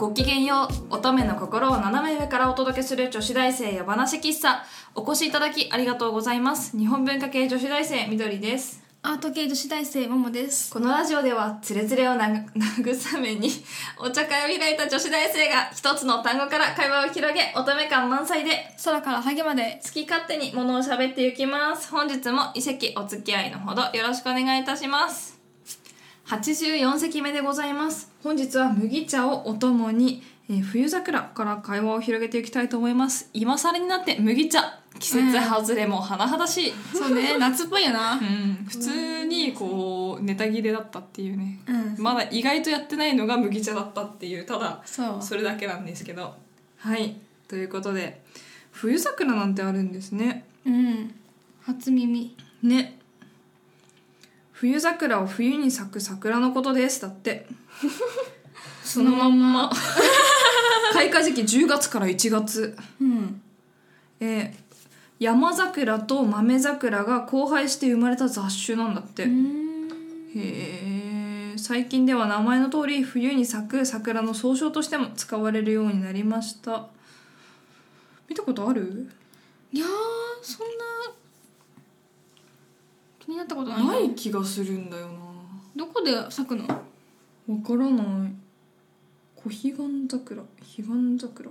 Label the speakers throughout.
Speaker 1: ごきげんよう乙女の心を斜め上からお届けする女子大生や話喫茶お越しいただきありがとうございます日本文化系女子大生みどりです
Speaker 2: アート系女子大生ももです
Speaker 1: このラジオではつれつれをなぐ 慰めにお茶会を開いた女子大生が一つの単語から会話を広げ乙女感満載で
Speaker 2: 空からハゲまで
Speaker 1: 好き勝手にものを喋っていきます本日も一席お付き合いのほどよろしくお願いいたします84席目でございます本日は麦茶をお供に、えー冬桜から会話を広げていきたいと思います今更になって麦茶季節外れも甚だしい、
Speaker 2: そうね夏っぽいよな
Speaker 1: うん、普通にこうネタ切れだったっていうね
Speaker 2: うん
Speaker 1: まだ意外とやってないのが麦茶だったっていうただ
Speaker 2: そう
Speaker 1: それだけなんですけどはいということで冬桜なんてあるんですね
Speaker 2: うん初耳
Speaker 1: ね冬桜を冬に咲く桜のことですだって そのまんま 開花時期10月から1月
Speaker 2: うん
Speaker 1: えー山桜と豆桜が交配して生まれた雑種なんだって、
Speaker 2: うん
Speaker 1: へえ最近では名前の通り冬に咲く桜の総称としても使われるようになりました見たことある
Speaker 2: いやーそんな気になったことない
Speaker 1: ない気がするんだよな
Speaker 2: どこで咲くの
Speaker 1: わからない小彼岸桜彼岸桜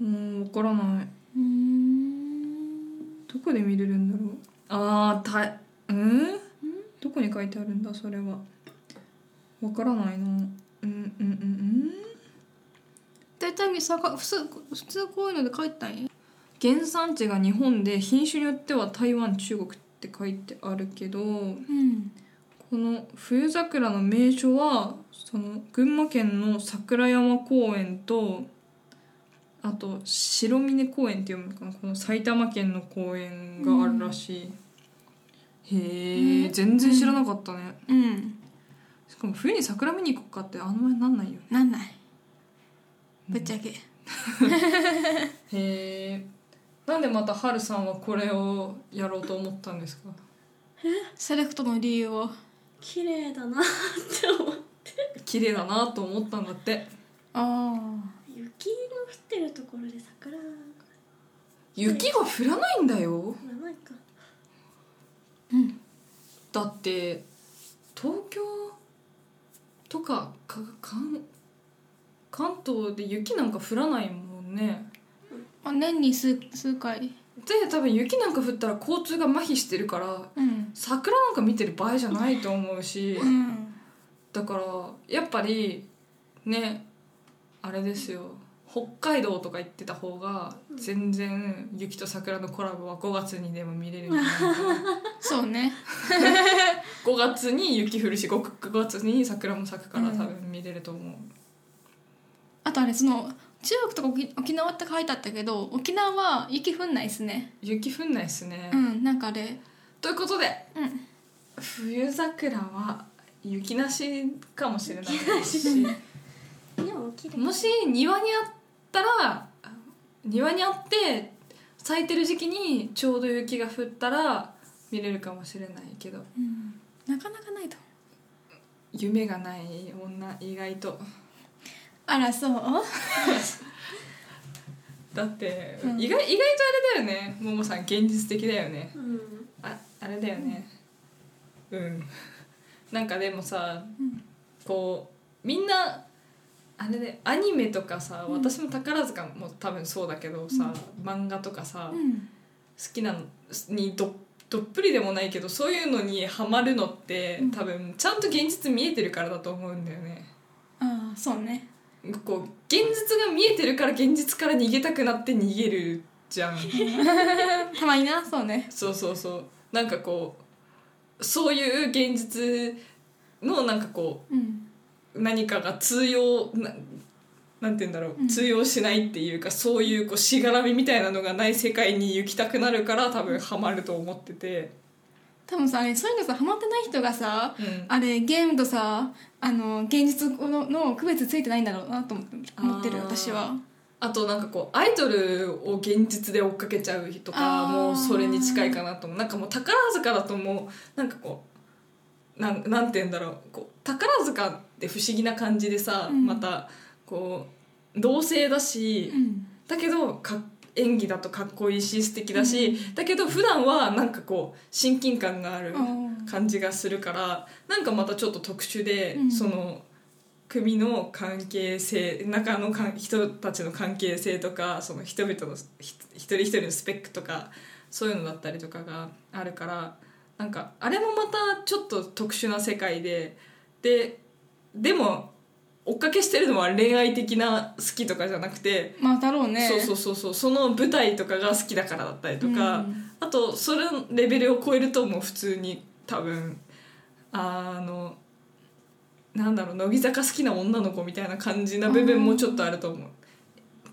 Speaker 1: うんわからない
Speaker 2: うん
Speaker 1: どこで見れるんだろうあーたうんどこに書いてあるんだそれはわからないなうんうんうんうん
Speaker 2: 大体さか普通普通こういうので書いてたんや
Speaker 1: 原産地が日本で品種によっては台湾中国って書いてあるけど
Speaker 2: うん
Speaker 1: この冬桜の名所はその群馬県の桜山公園とあと白峰公園って読むのかなこの埼玉県の公園があるらしい、へ
Speaker 2: う
Speaker 1: え
Speaker 2: ん
Speaker 1: 全然知らなかったね、
Speaker 2: うん
Speaker 1: しかも冬に桜見に行こうかってあんまりなんないよね
Speaker 2: なんないぶっちゃけ
Speaker 1: へえなんでまた春さんはこれをやろうと思ったんですか
Speaker 2: セレクトの理由を
Speaker 3: 綺麗だなって思う
Speaker 1: 綺麗だなと思ったんだって
Speaker 2: あ
Speaker 3: 雪の降ってるところで桜が
Speaker 1: 雪が降らないんだよ
Speaker 3: 降らないか
Speaker 2: ーうん
Speaker 1: だって東京とかか関関東で雪なんか降らないもんね
Speaker 2: あ年に数数回
Speaker 1: で多分雪なんか降ったら交通が麻痺してるから
Speaker 2: うん
Speaker 1: 桜なんか見てる場合じゃないと思うし
Speaker 2: うん
Speaker 1: だからやっぱりねあれですよ北海道とか行ってた方が全然雪と桜のコラボは5月にでも見れるんじゃないかな
Speaker 2: そうね
Speaker 1: 5月に雪降るし 5, 月に桜も咲くから
Speaker 2: うん
Speaker 1: 多分見れると思う、
Speaker 2: あとあれその中国とか沖沖縄って書いてあったけど沖縄は雪降んないっすね
Speaker 1: 雪降んないっすね、
Speaker 2: うんなんかあれ
Speaker 1: ということで
Speaker 2: うん
Speaker 1: 冬桜は雪なしかもしれないですし
Speaker 3: でも綺麗
Speaker 1: もし庭にあったら庭にあって咲いてる時期にちょうど雪が降ったら見れるかもしれないけど
Speaker 2: うんなかなかないと思う
Speaker 1: 夢がない女意外と
Speaker 2: あらそう
Speaker 1: だって、
Speaker 2: うん
Speaker 1: 意外意外とあれだよねももさん現実的だよね
Speaker 3: うん
Speaker 1: ああれだよねうん なんかでもさ、
Speaker 2: うん
Speaker 1: こうみんなあれでアニメとかさ、
Speaker 2: うん
Speaker 1: 私も宝塚も多分そうだけどさ、漫画とかさ、
Speaker 2: う
Speaker 1: 好
Speaker 2: ん
Speaker 1: きなのにどどっぷりでもないけどそういうのにハマるのって、
Speaker 2: うん
Speaker 1: 多分ちゃんと現実見えてるからだと思うんだよね。
Speaker 2: ああそうね
Speaker 1: こう現実が見えてるから現実から逃げたくなって逃げるじゃん。
Speaker 2: たまになそうね
Speaker 1: そうそうそうなんかこうそういう現実のなんかこ
Speaker 2: うん
Speaker 1: う何かが通用ななんて言うんだろう、
Speaker 2: うん
Speaker 1: 通用しないっていうかそういうこうしがらみみたいなのがない世界に行きたくなるから多分ハマると思ってて、
Speaker 2: 多分さあれそういうのさハマってない人がさ
Speaker 1: うん
Speaker 2: あれゲームとさあの現実のの区別ついてないんだろうなと思って思ってる
Speaker 1: あー
Speaker 2: 私は
Speaker 1: あとなんかこうアイドルを現実で追っかけちゃうとか
Speaker 2: あー
Speaker 1: もうそれに近いかなと思うなんかもう宝塚だともうなんかこうなんなんて言うんだろうこう宝塚って不思議な感じでさ、
Speaker 2: うん
Speaker 1: またこう同性だし、
Speaker 2: うん
Speaker 1: だけどか演技だとかっこいいし素敵だし、だけど普段はなんかこう親近感がある
Speaker 2: あ
Speaker 1: 感じがするからなんかまたちょっと特殊で、
Speaker 2: うん
Speaker 1: その組の関係性中のかん人たちの関係性とかその人々のひ一人一人のスペックとかそういうのだったりとかがあるからなんかあれもまたちょっと特殊な世界でででも追っかけしてるのは恋愛的な好きとかじゃなくて、
Speaker 2: まあだろうね
Speaker 1: そうそうそうそうその舞台とかが好きだからだったりとか。
Speaker 2: うん
Speaker 1: あとそれのレベルを超えるともう普通に多分あのなんだろう乃木坂好きな女の子みたいな感じな部分もちょっとあると思う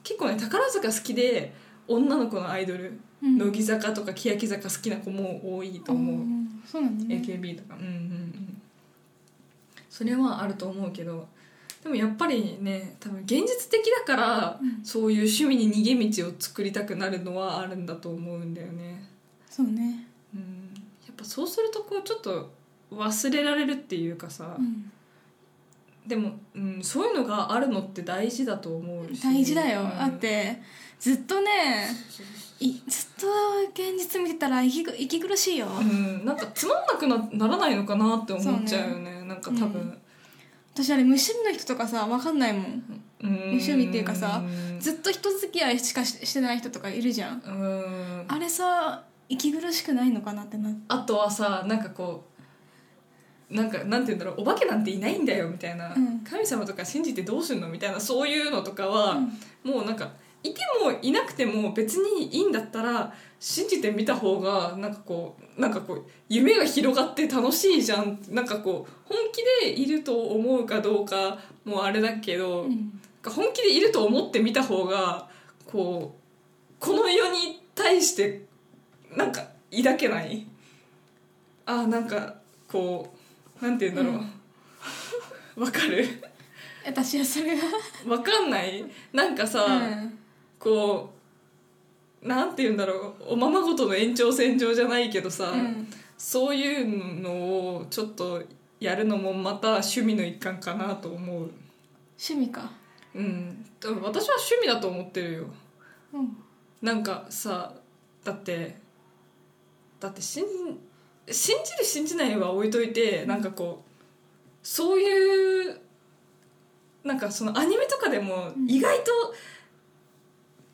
Speaker 1: 結構ね宝塚好きで女の子のアイドル、
Speaker 2: うん
Speaker 1: 乃木坂とか欅坂好きな子も多いと思う、
Speaker 2: んそうなんだね
Speaker 1: AKB とかうんうんうんそれはあると思うけどでもやっぱりね多分現実的だから、
Speaker 2: うん
Speaker 1: そういう趣味に逃げ道を作りたくなるのはあるんだと思うんだよね。
Speaker 2: そうね
Speaker 1: うんやっぱそうするとこうちょっと忘れられるっていうかさ、
Speaker 2: うん
Speaker 1: でも、うん、そういうのがあるのって大事だと思うし
Speaker 2: 大事だよ、
Speaker 1: うん
Speaker 2: だってずっとねいずっと現実見てたら息ぐ息苦しいよ、
Speaker 1: うん、なんかつまんなくなならないのかなって思っちゃうよねなんか多分、
Speaker 2: 私あれ無趣味の人とかさ分かんないもん
Speaker 1: うん
Speaker 2: 趣味っていうかさ
Speaker 1: うん
Speaker 2: ずっと人付き合いしかししてない人とかいるじゃん
Speaker 1: うん
Speaker 2: あれさ息苦しくないのかなってな
Speaker 1: あとはさなんかこうなんかなんて言うんだろうお化けなんていないんだよみたいな、
Speaker 2: うん
Speaker 1: 神様とか信じてどうすんのみたいなそういうのとかは、
Speaker 2: うん
Speaker 1: もうなんかいてもいなくても別にいいんだったら信じてみた方がなんかこうなんかこう夢が広がって楽しいじゃんなんかこう本気でいると思うかどうかもうあれだけど、
Speaker 2: うん
Speaker 1: 本気でいると思ってみた方がこうこの世に対してなんか抱けないあーなんかこうなんて言うんだろう、わかる
Speaker 2: 私はそれが
Speaker 1: わかんないなんかさ、
Speaker 2: うん
Speaker 1: こうなんて言うんだろうおままごとの延長線上じゃないけどさ、
Speaker 2: うん
Speaker 1: そういうのをちょっとやるのもまた趣味の一環かなと思う
Speaker 2: 趣味か
Speaker 1: うんでも私は趣味だと思ってるよ
Speaker 2: うん
Speaker 1: なんかさだってだって信信じる信じないは置いといてなんかこうそういうなんかそのアニメとかでも
Speaker 2: うん
Speaker 1: 意外と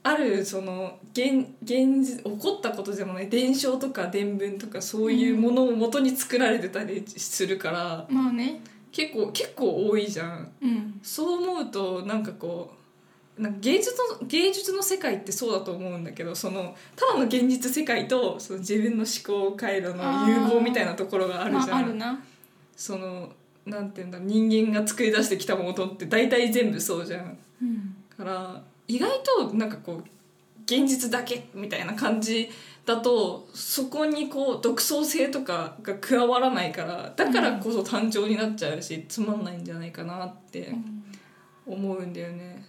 Speaker 1: あるその現現実起こったことでもね伝承とか伝聞とかそういうものを元に作られてたりするから
Speaker 2: まあね
Speaker 1: 結構結構多いじゃん。
Speaker 2: うん
Speaker 1: そう思うとなんかこうなんか芸術の芸術の世界ってそうだと思うんだけどそのただの現実世界とその自分の思考回路の融合みたいなところがあるじゃん。
Speaker 2: まあ、あるな
Speaker 1: そのなんていうんだろう人間が作り出してきたものって大体全部そうじゃん。
Speaker 2: うん
Speaker 1: から意外となんかこう現実だけみたいな感じだとそこにこう独創性とかが加わらないからだからこそ単調になっちゃうし、つまんないんじゃないかなって。
Speaker 2: うん
Speaker 1: 思うんだよね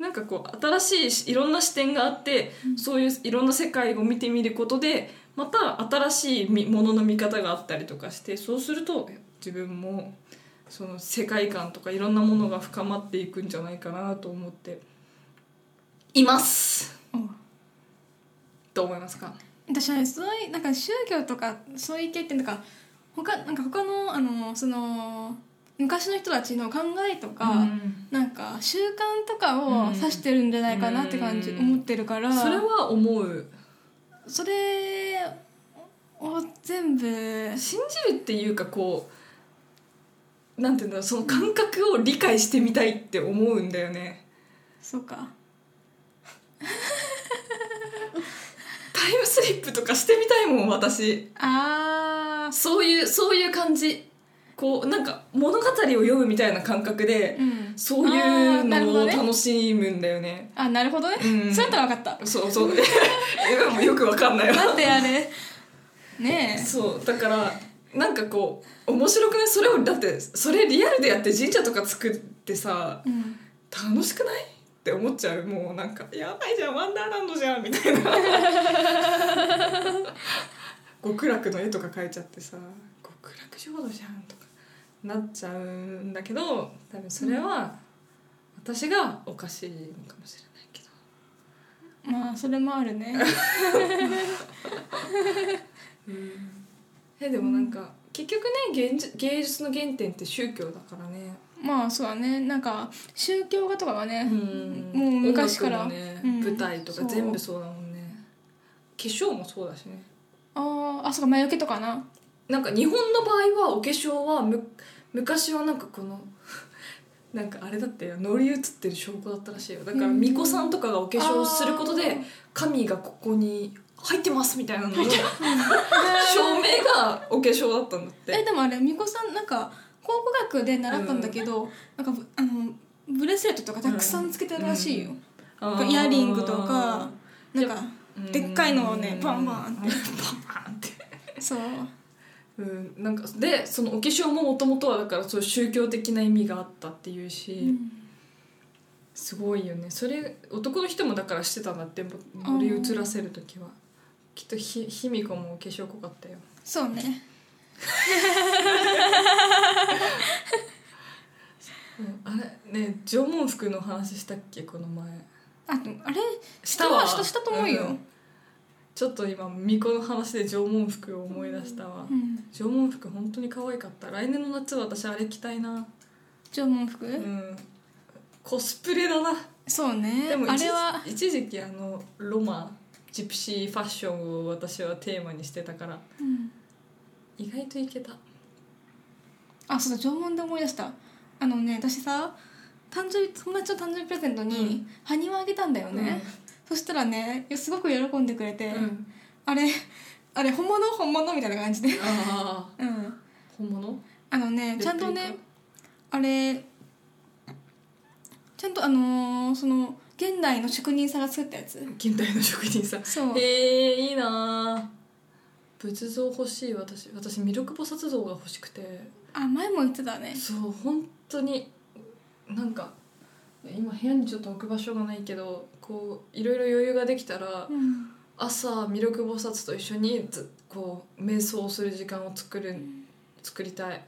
Speaker 1: なんかこう新しいしいろんな視点があって、そういういろんな世界を見てみることでまた新しいみものの見方があったりとかしてそうすると自分もその世界観とかいろんなものが深まっていくんじゃないかなと思っています
Speaker 2: お
Speaker 1: どう思いますか
Speaker 2: 私はねそういうなんか宗教とかそういう系ってなんか他なんか他のあのその昔の人たちの考えとか、
Speaker 1: うん
Speaker 2: なんか習慣とかを指してるんじゃないかなって感じ、
Speaker 1: うん
Speaker 2: 思ってるから
Speaker 1: それは思う
Speaker 2: それを全部
Speaker 1: 信じるっていうかこうなんていうんだろうその感覚を理解してみたいって思うんだよね、
Speaker 2: そうか
Speaker 1: タイムスリップとかしてみたいもん私
Speaker 2: あー
Speaker 1: そういうそういう感じこうなんか物語を読むみたいな感覚で、
Speaker 2: うん
Speaker 1: そういう
Speaker 2: あーなるほ
Speaker 1: の
Speaker 2: ど
Speaker 1: を
Speaker 2: ね
Speaker 1: 楽しむんだよね
Speaker 2: あなるほどね、
Speaker 1: うん
Speaker 2: そうやったら分かった
Speaker 1: そうそう 今もよくわかんないわ
Speaker 2: だってあれねえ
Speaker 1: そうだからなんかこう面白くないそれをだってそれリアルでやって神社とか作ってさ
Speaker 2: うん
Speaker 1: 楽しくないって思っちゃうもうなんかやばいじゃんワンダーランドじゃんみたい な極楽の絵とか描いちゃってさ極楽浄土じゃんとかなっちゃうんだけど多分それは私がおかしいのかもしれないけど
Speaker 2: まあそれも あるね
Speaker 1: えでもなんか結局ね現実芸術の原点って宗教だからね、
Speaker 2: まあそうだねなんか宗教画とかはね、も
Speaker 1: も
Speaker 2: う
Speaker 1: う昔
Speaker 2: 昔か
Speaker 1: からら、ね
Speaker 2: うん
Speaker 1: 舞台とか
Speaker 2: そう
Speaker 1: 全部そうだもんね化粧もそうだしね
Speaker 2: あああそうか魔除けとかな
Speaker 1: なんか日本の場合はお化粧はむ昔はなんかこの なんかあれだって乗り移ってる証拠だったらしいよだから
Speaker 2: うん
Speaker 1: 巫女さんとかがお化粧をすること
Speaker 2: あ
Speaker 1: で
Speaker 2: ー
Speaker 1: 神がここに入ってますみたいなのの証 明がお化粧だったんだって
Speaker 2: えでもあれ巫女さんなんか考古学で習ったんだけど、なんかぶあのブレスレットとかたくさんつけてるらしいよ、
Speaker 1: あー
Speaker 2: イヤリングとかなんか
Speaker 1: うん
Speaker 2: でっかいのをねバンバンって
Speaker 1: うんバンバンって
Speaker 2: そう
Speaker 1: うんなんかでそのお化粧ももともとはだからそういう宗教的な意味があったっていうし、すごいよねそれ男の人もだからしてたんだって乗り移らせる時はきっとひ卑弥呼もお化粧濃かったよ
Speaker 2: そうね
Speaker 1: うんあれね縄文服の話したっけこの前
Speaker 2: あとあれ
Speaker 1: したわ
Speaker 2: 下したと思うよ、
Speaker 1: んちょっと今巫女の話で縄文服を思い出したわ、
Speaker 2: うん、
Speaker 1: 縄文服本当に可愛かった来年の夏は私あれ着たいな
Speaker 2: 縄文服、
Speaker 1: うんコスプレだな
Speaker 2: そうね
Speaker 1: でも
Speaker 2: あ
Speaker 1: 一時
Speaker 2: れは
Speaker 1: 一時期あのロマジプシーファッションを私はテーマにしてたから
Speaker 2: うん
Speaker 1: 意外といけた
Speaker 2: あそうだ縄文で思い出したあのね私さ誕生日友達の誕生日プレゼント
Speaker 1: う
Speaker 2: に埴輪あげたんだよね、そしたらねすごく喜んでくれて、
Speaker 1: うん
Speaker 2: あれあれ本物本物みたいな感じで
Speaker 1: ああ
Speaker 2: うん
Speaker 1: 本物
Speaker 2: あのねちゃんとねあれちゃんとあのーその現代の職人さんが作ったやつ
Speaker 1: 現代の職人さん
Speaker 2: そう
Speaker 1: へえいいなー仏像欲しい私私弥勒菩薩像が欲しくて
Speaker 2: あ前も言ってたね
Speaker 1: そう本当になんか今部屋にちょっと置く場所がないけどこういろいろ余裕ができたら
Speaker 2: うん
Speaker 1: 朝弥勒菩薩と一緒にずこう瞑想する時間を作る作りたい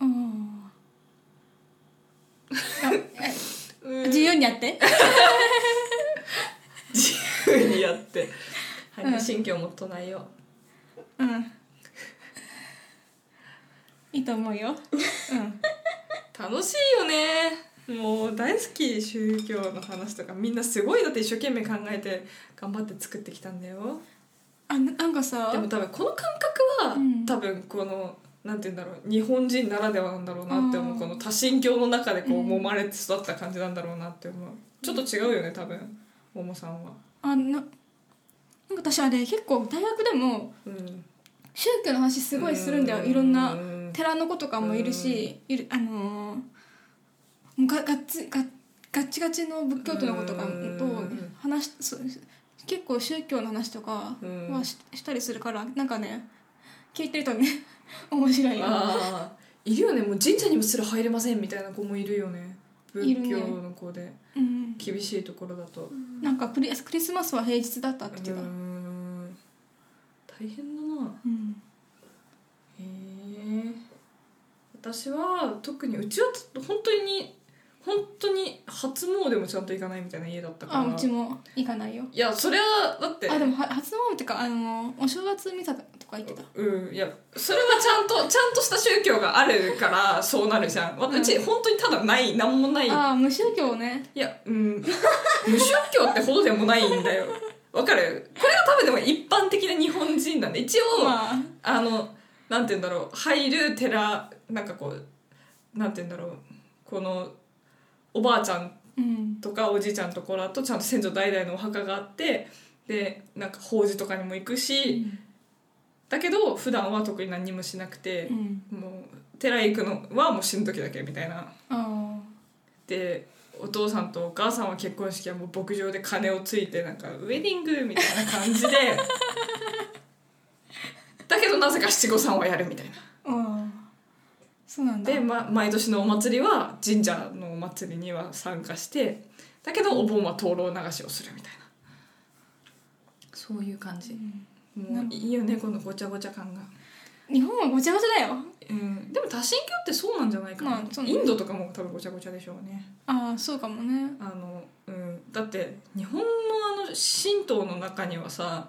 Speaker 2: うん
Speaker 1: 自
Speaker 2: 自由にやって
Speaker 1: 自由にやってはい、
Speaker 2: うん
Speaker 1: 新居も唱えよ
Speaker 2: うんいいと思うようん
Speaker 1: う楽しいよねもう大好き宗教の話とかみんなすごいだって一生懸命考えて頑張って作ってきたんだよ
Speaker 2: あななんかさ
Speaker 1: でも多分この感覚は、
Speaker 2: うん
Speaker 1: 多分このなんて言うんだろう日本人ならではなんだろうなって思
Speaker 2: あ
Speaker 1: う
Speaker 2: ー
Speaker 1: この多神教の中でこう
Speaker 2: うん
Speaker 1: 揉まれて育った感じなんだろうなって思うちょっと違うよね多分ももさんは。
Speaker 2: あななんか私あれ結構大学でも
Speaker 1: うん、
Speaker 2: 宗教の話すごいするんだよいろんな寺の子とかもいるし、いるあのーもうががっつがガッチガチの仏教徒の子とかと
Speaker 1: うん
Speaker 2: 話しそう結構宗教の話とか
Speaker 1: うん
Speaker 2: はし,、たりするからなんかね聞いてるとね 面白いよ
Speaker 1: ああいるよねもう神社にもすら入れませんみたいな子もいるよね仏
Speaker 2: いるね
Speaker 1: 教の子で、
Speaker 2: うん、
Speaker 1: 厳しいところだと
Speaker 2: なんかクリクリスマスは平日だったって言って
Speaker 1: うー
Speaker 2: た、
Speaker 1: ん大変だな
Speaker 2: うん
Speaker 1: へえ私は特にうちは本当に本当に初詣もちゃんと行かないみたいな家だったから
Speaker 2: あうちも行かないよ
Speaker 1: いやそれはだって
Speaker 2: あでもは初詣ってかあのお正月見たとか言ってた
Speaker 1: うんいやそれはちゃんとちゃんとした宗教があるからそうなるじゃんうち、
Speaker 2: う
Speaker 1: 本当にただないなんもない
Speaker 2: ああ無宗教ね
Speaker 1: いや、うん。無宗教ってほどでもないんだよ。わかるこれが多分でも一般的な日本人なんで、一応、
Speaker 2: まあ
Speaker 1: あの、なんて言うんだろう、入る寺、なんかこう、なんて言うんだろう、この、おばあちゃん
Speaker 2: うん
Speaker 1: とかおじいちゃんところだとちゃんと先祖代々のお墓があって、で、なんか法事とかにも行くし、だけど、普段は特に何もしなくて
Speaker 2: う、ん
Speaker 1: もう、寺行くのはもう死ぬ時だけみたいな。
Speaker 2: ああ
Speaker 1: でお父さんとお母さんは結婚式はもう牧場で鐘をついてなんかウェディングみたいな感じでだけどなぜか七五三はやるみたいな
Speaker 2: ああそうなんだ
Speaker 1: で、ま、毎年のお祭りは神社のお祭りには参加してだけどお盆は灯籠流しをするみたいなそういう感じ
Speaker 2: うん
Speaker 1: もういいよねこのごちゃごちゃ感が
Speaker 2: 日本はごちゃごちゃだよ
Speaker 1: うん、でも多神教ってそうなんじゃないかな、
Speaker 2: まあそうね
Speaker 1: インドとかも多分ごちゃごちゃでしょうね
Speaker 2: ああそうかもね
Speaker 1: あの、うん、だって日本のあの神道の中にはさ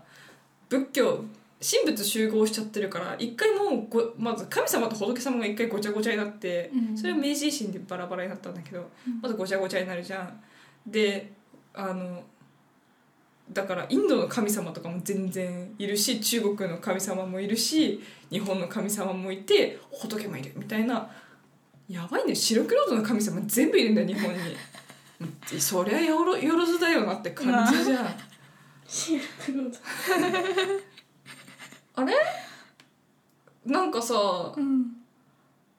Speaker 1: 仏教神仏集合しちゃってるから一回もうごまず神様と仏様が一回ごちゃごちゃになって、
Speaker 2: うん
Speaker 1: それは明治維新でバラバラになったんだけど、
Speaker 2: うん
Speaker 1: まずごちゃごちゃになるじゃん。であのだからインドの神様とかも全然いるし中国の神様もいるし日本の神様もいて仏もいるみたいなやばいね白黒土の神様全部いるんだよ日本に そりゃよろよろずだよなって感じじゃん
Speaker 3: シルクロード
Speaker 1: あれなんかさ
Speaker 2: うん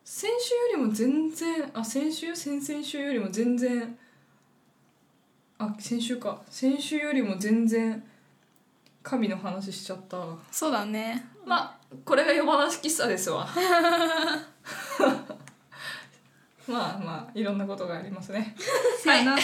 Speaker 1: 先週よりも全然あ先週先々週よりも全然あ先週か先週よりも全然神の話しちゃった
Speaker 2: そうだね
Speaker 1: まあこれが夜話喫茶ですわ まあまあいろんなことがありますね
Speaker 2: せやな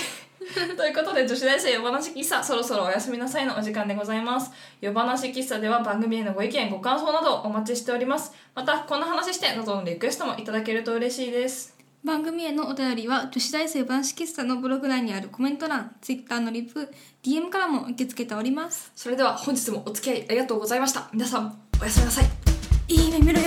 Speaker 1: ということで女子大生夜話喫茶そろそろおやすみなさいのお時間でございます夜話喫茶では番組へのご意見ご感想などお待ちしておりますまたこんな話してなどのリクエストもいただけると嬉しいです
Speaker 2: 番組へのお便りは女子大生話喫茶のブログ内にあるコメント欄 Twitter のリプ DM からも受け付けております
Speaker 1: それでは本日もお付き合いありがとうございました皆さんおやすみなさい
Speaker 2: いい夢見ろよ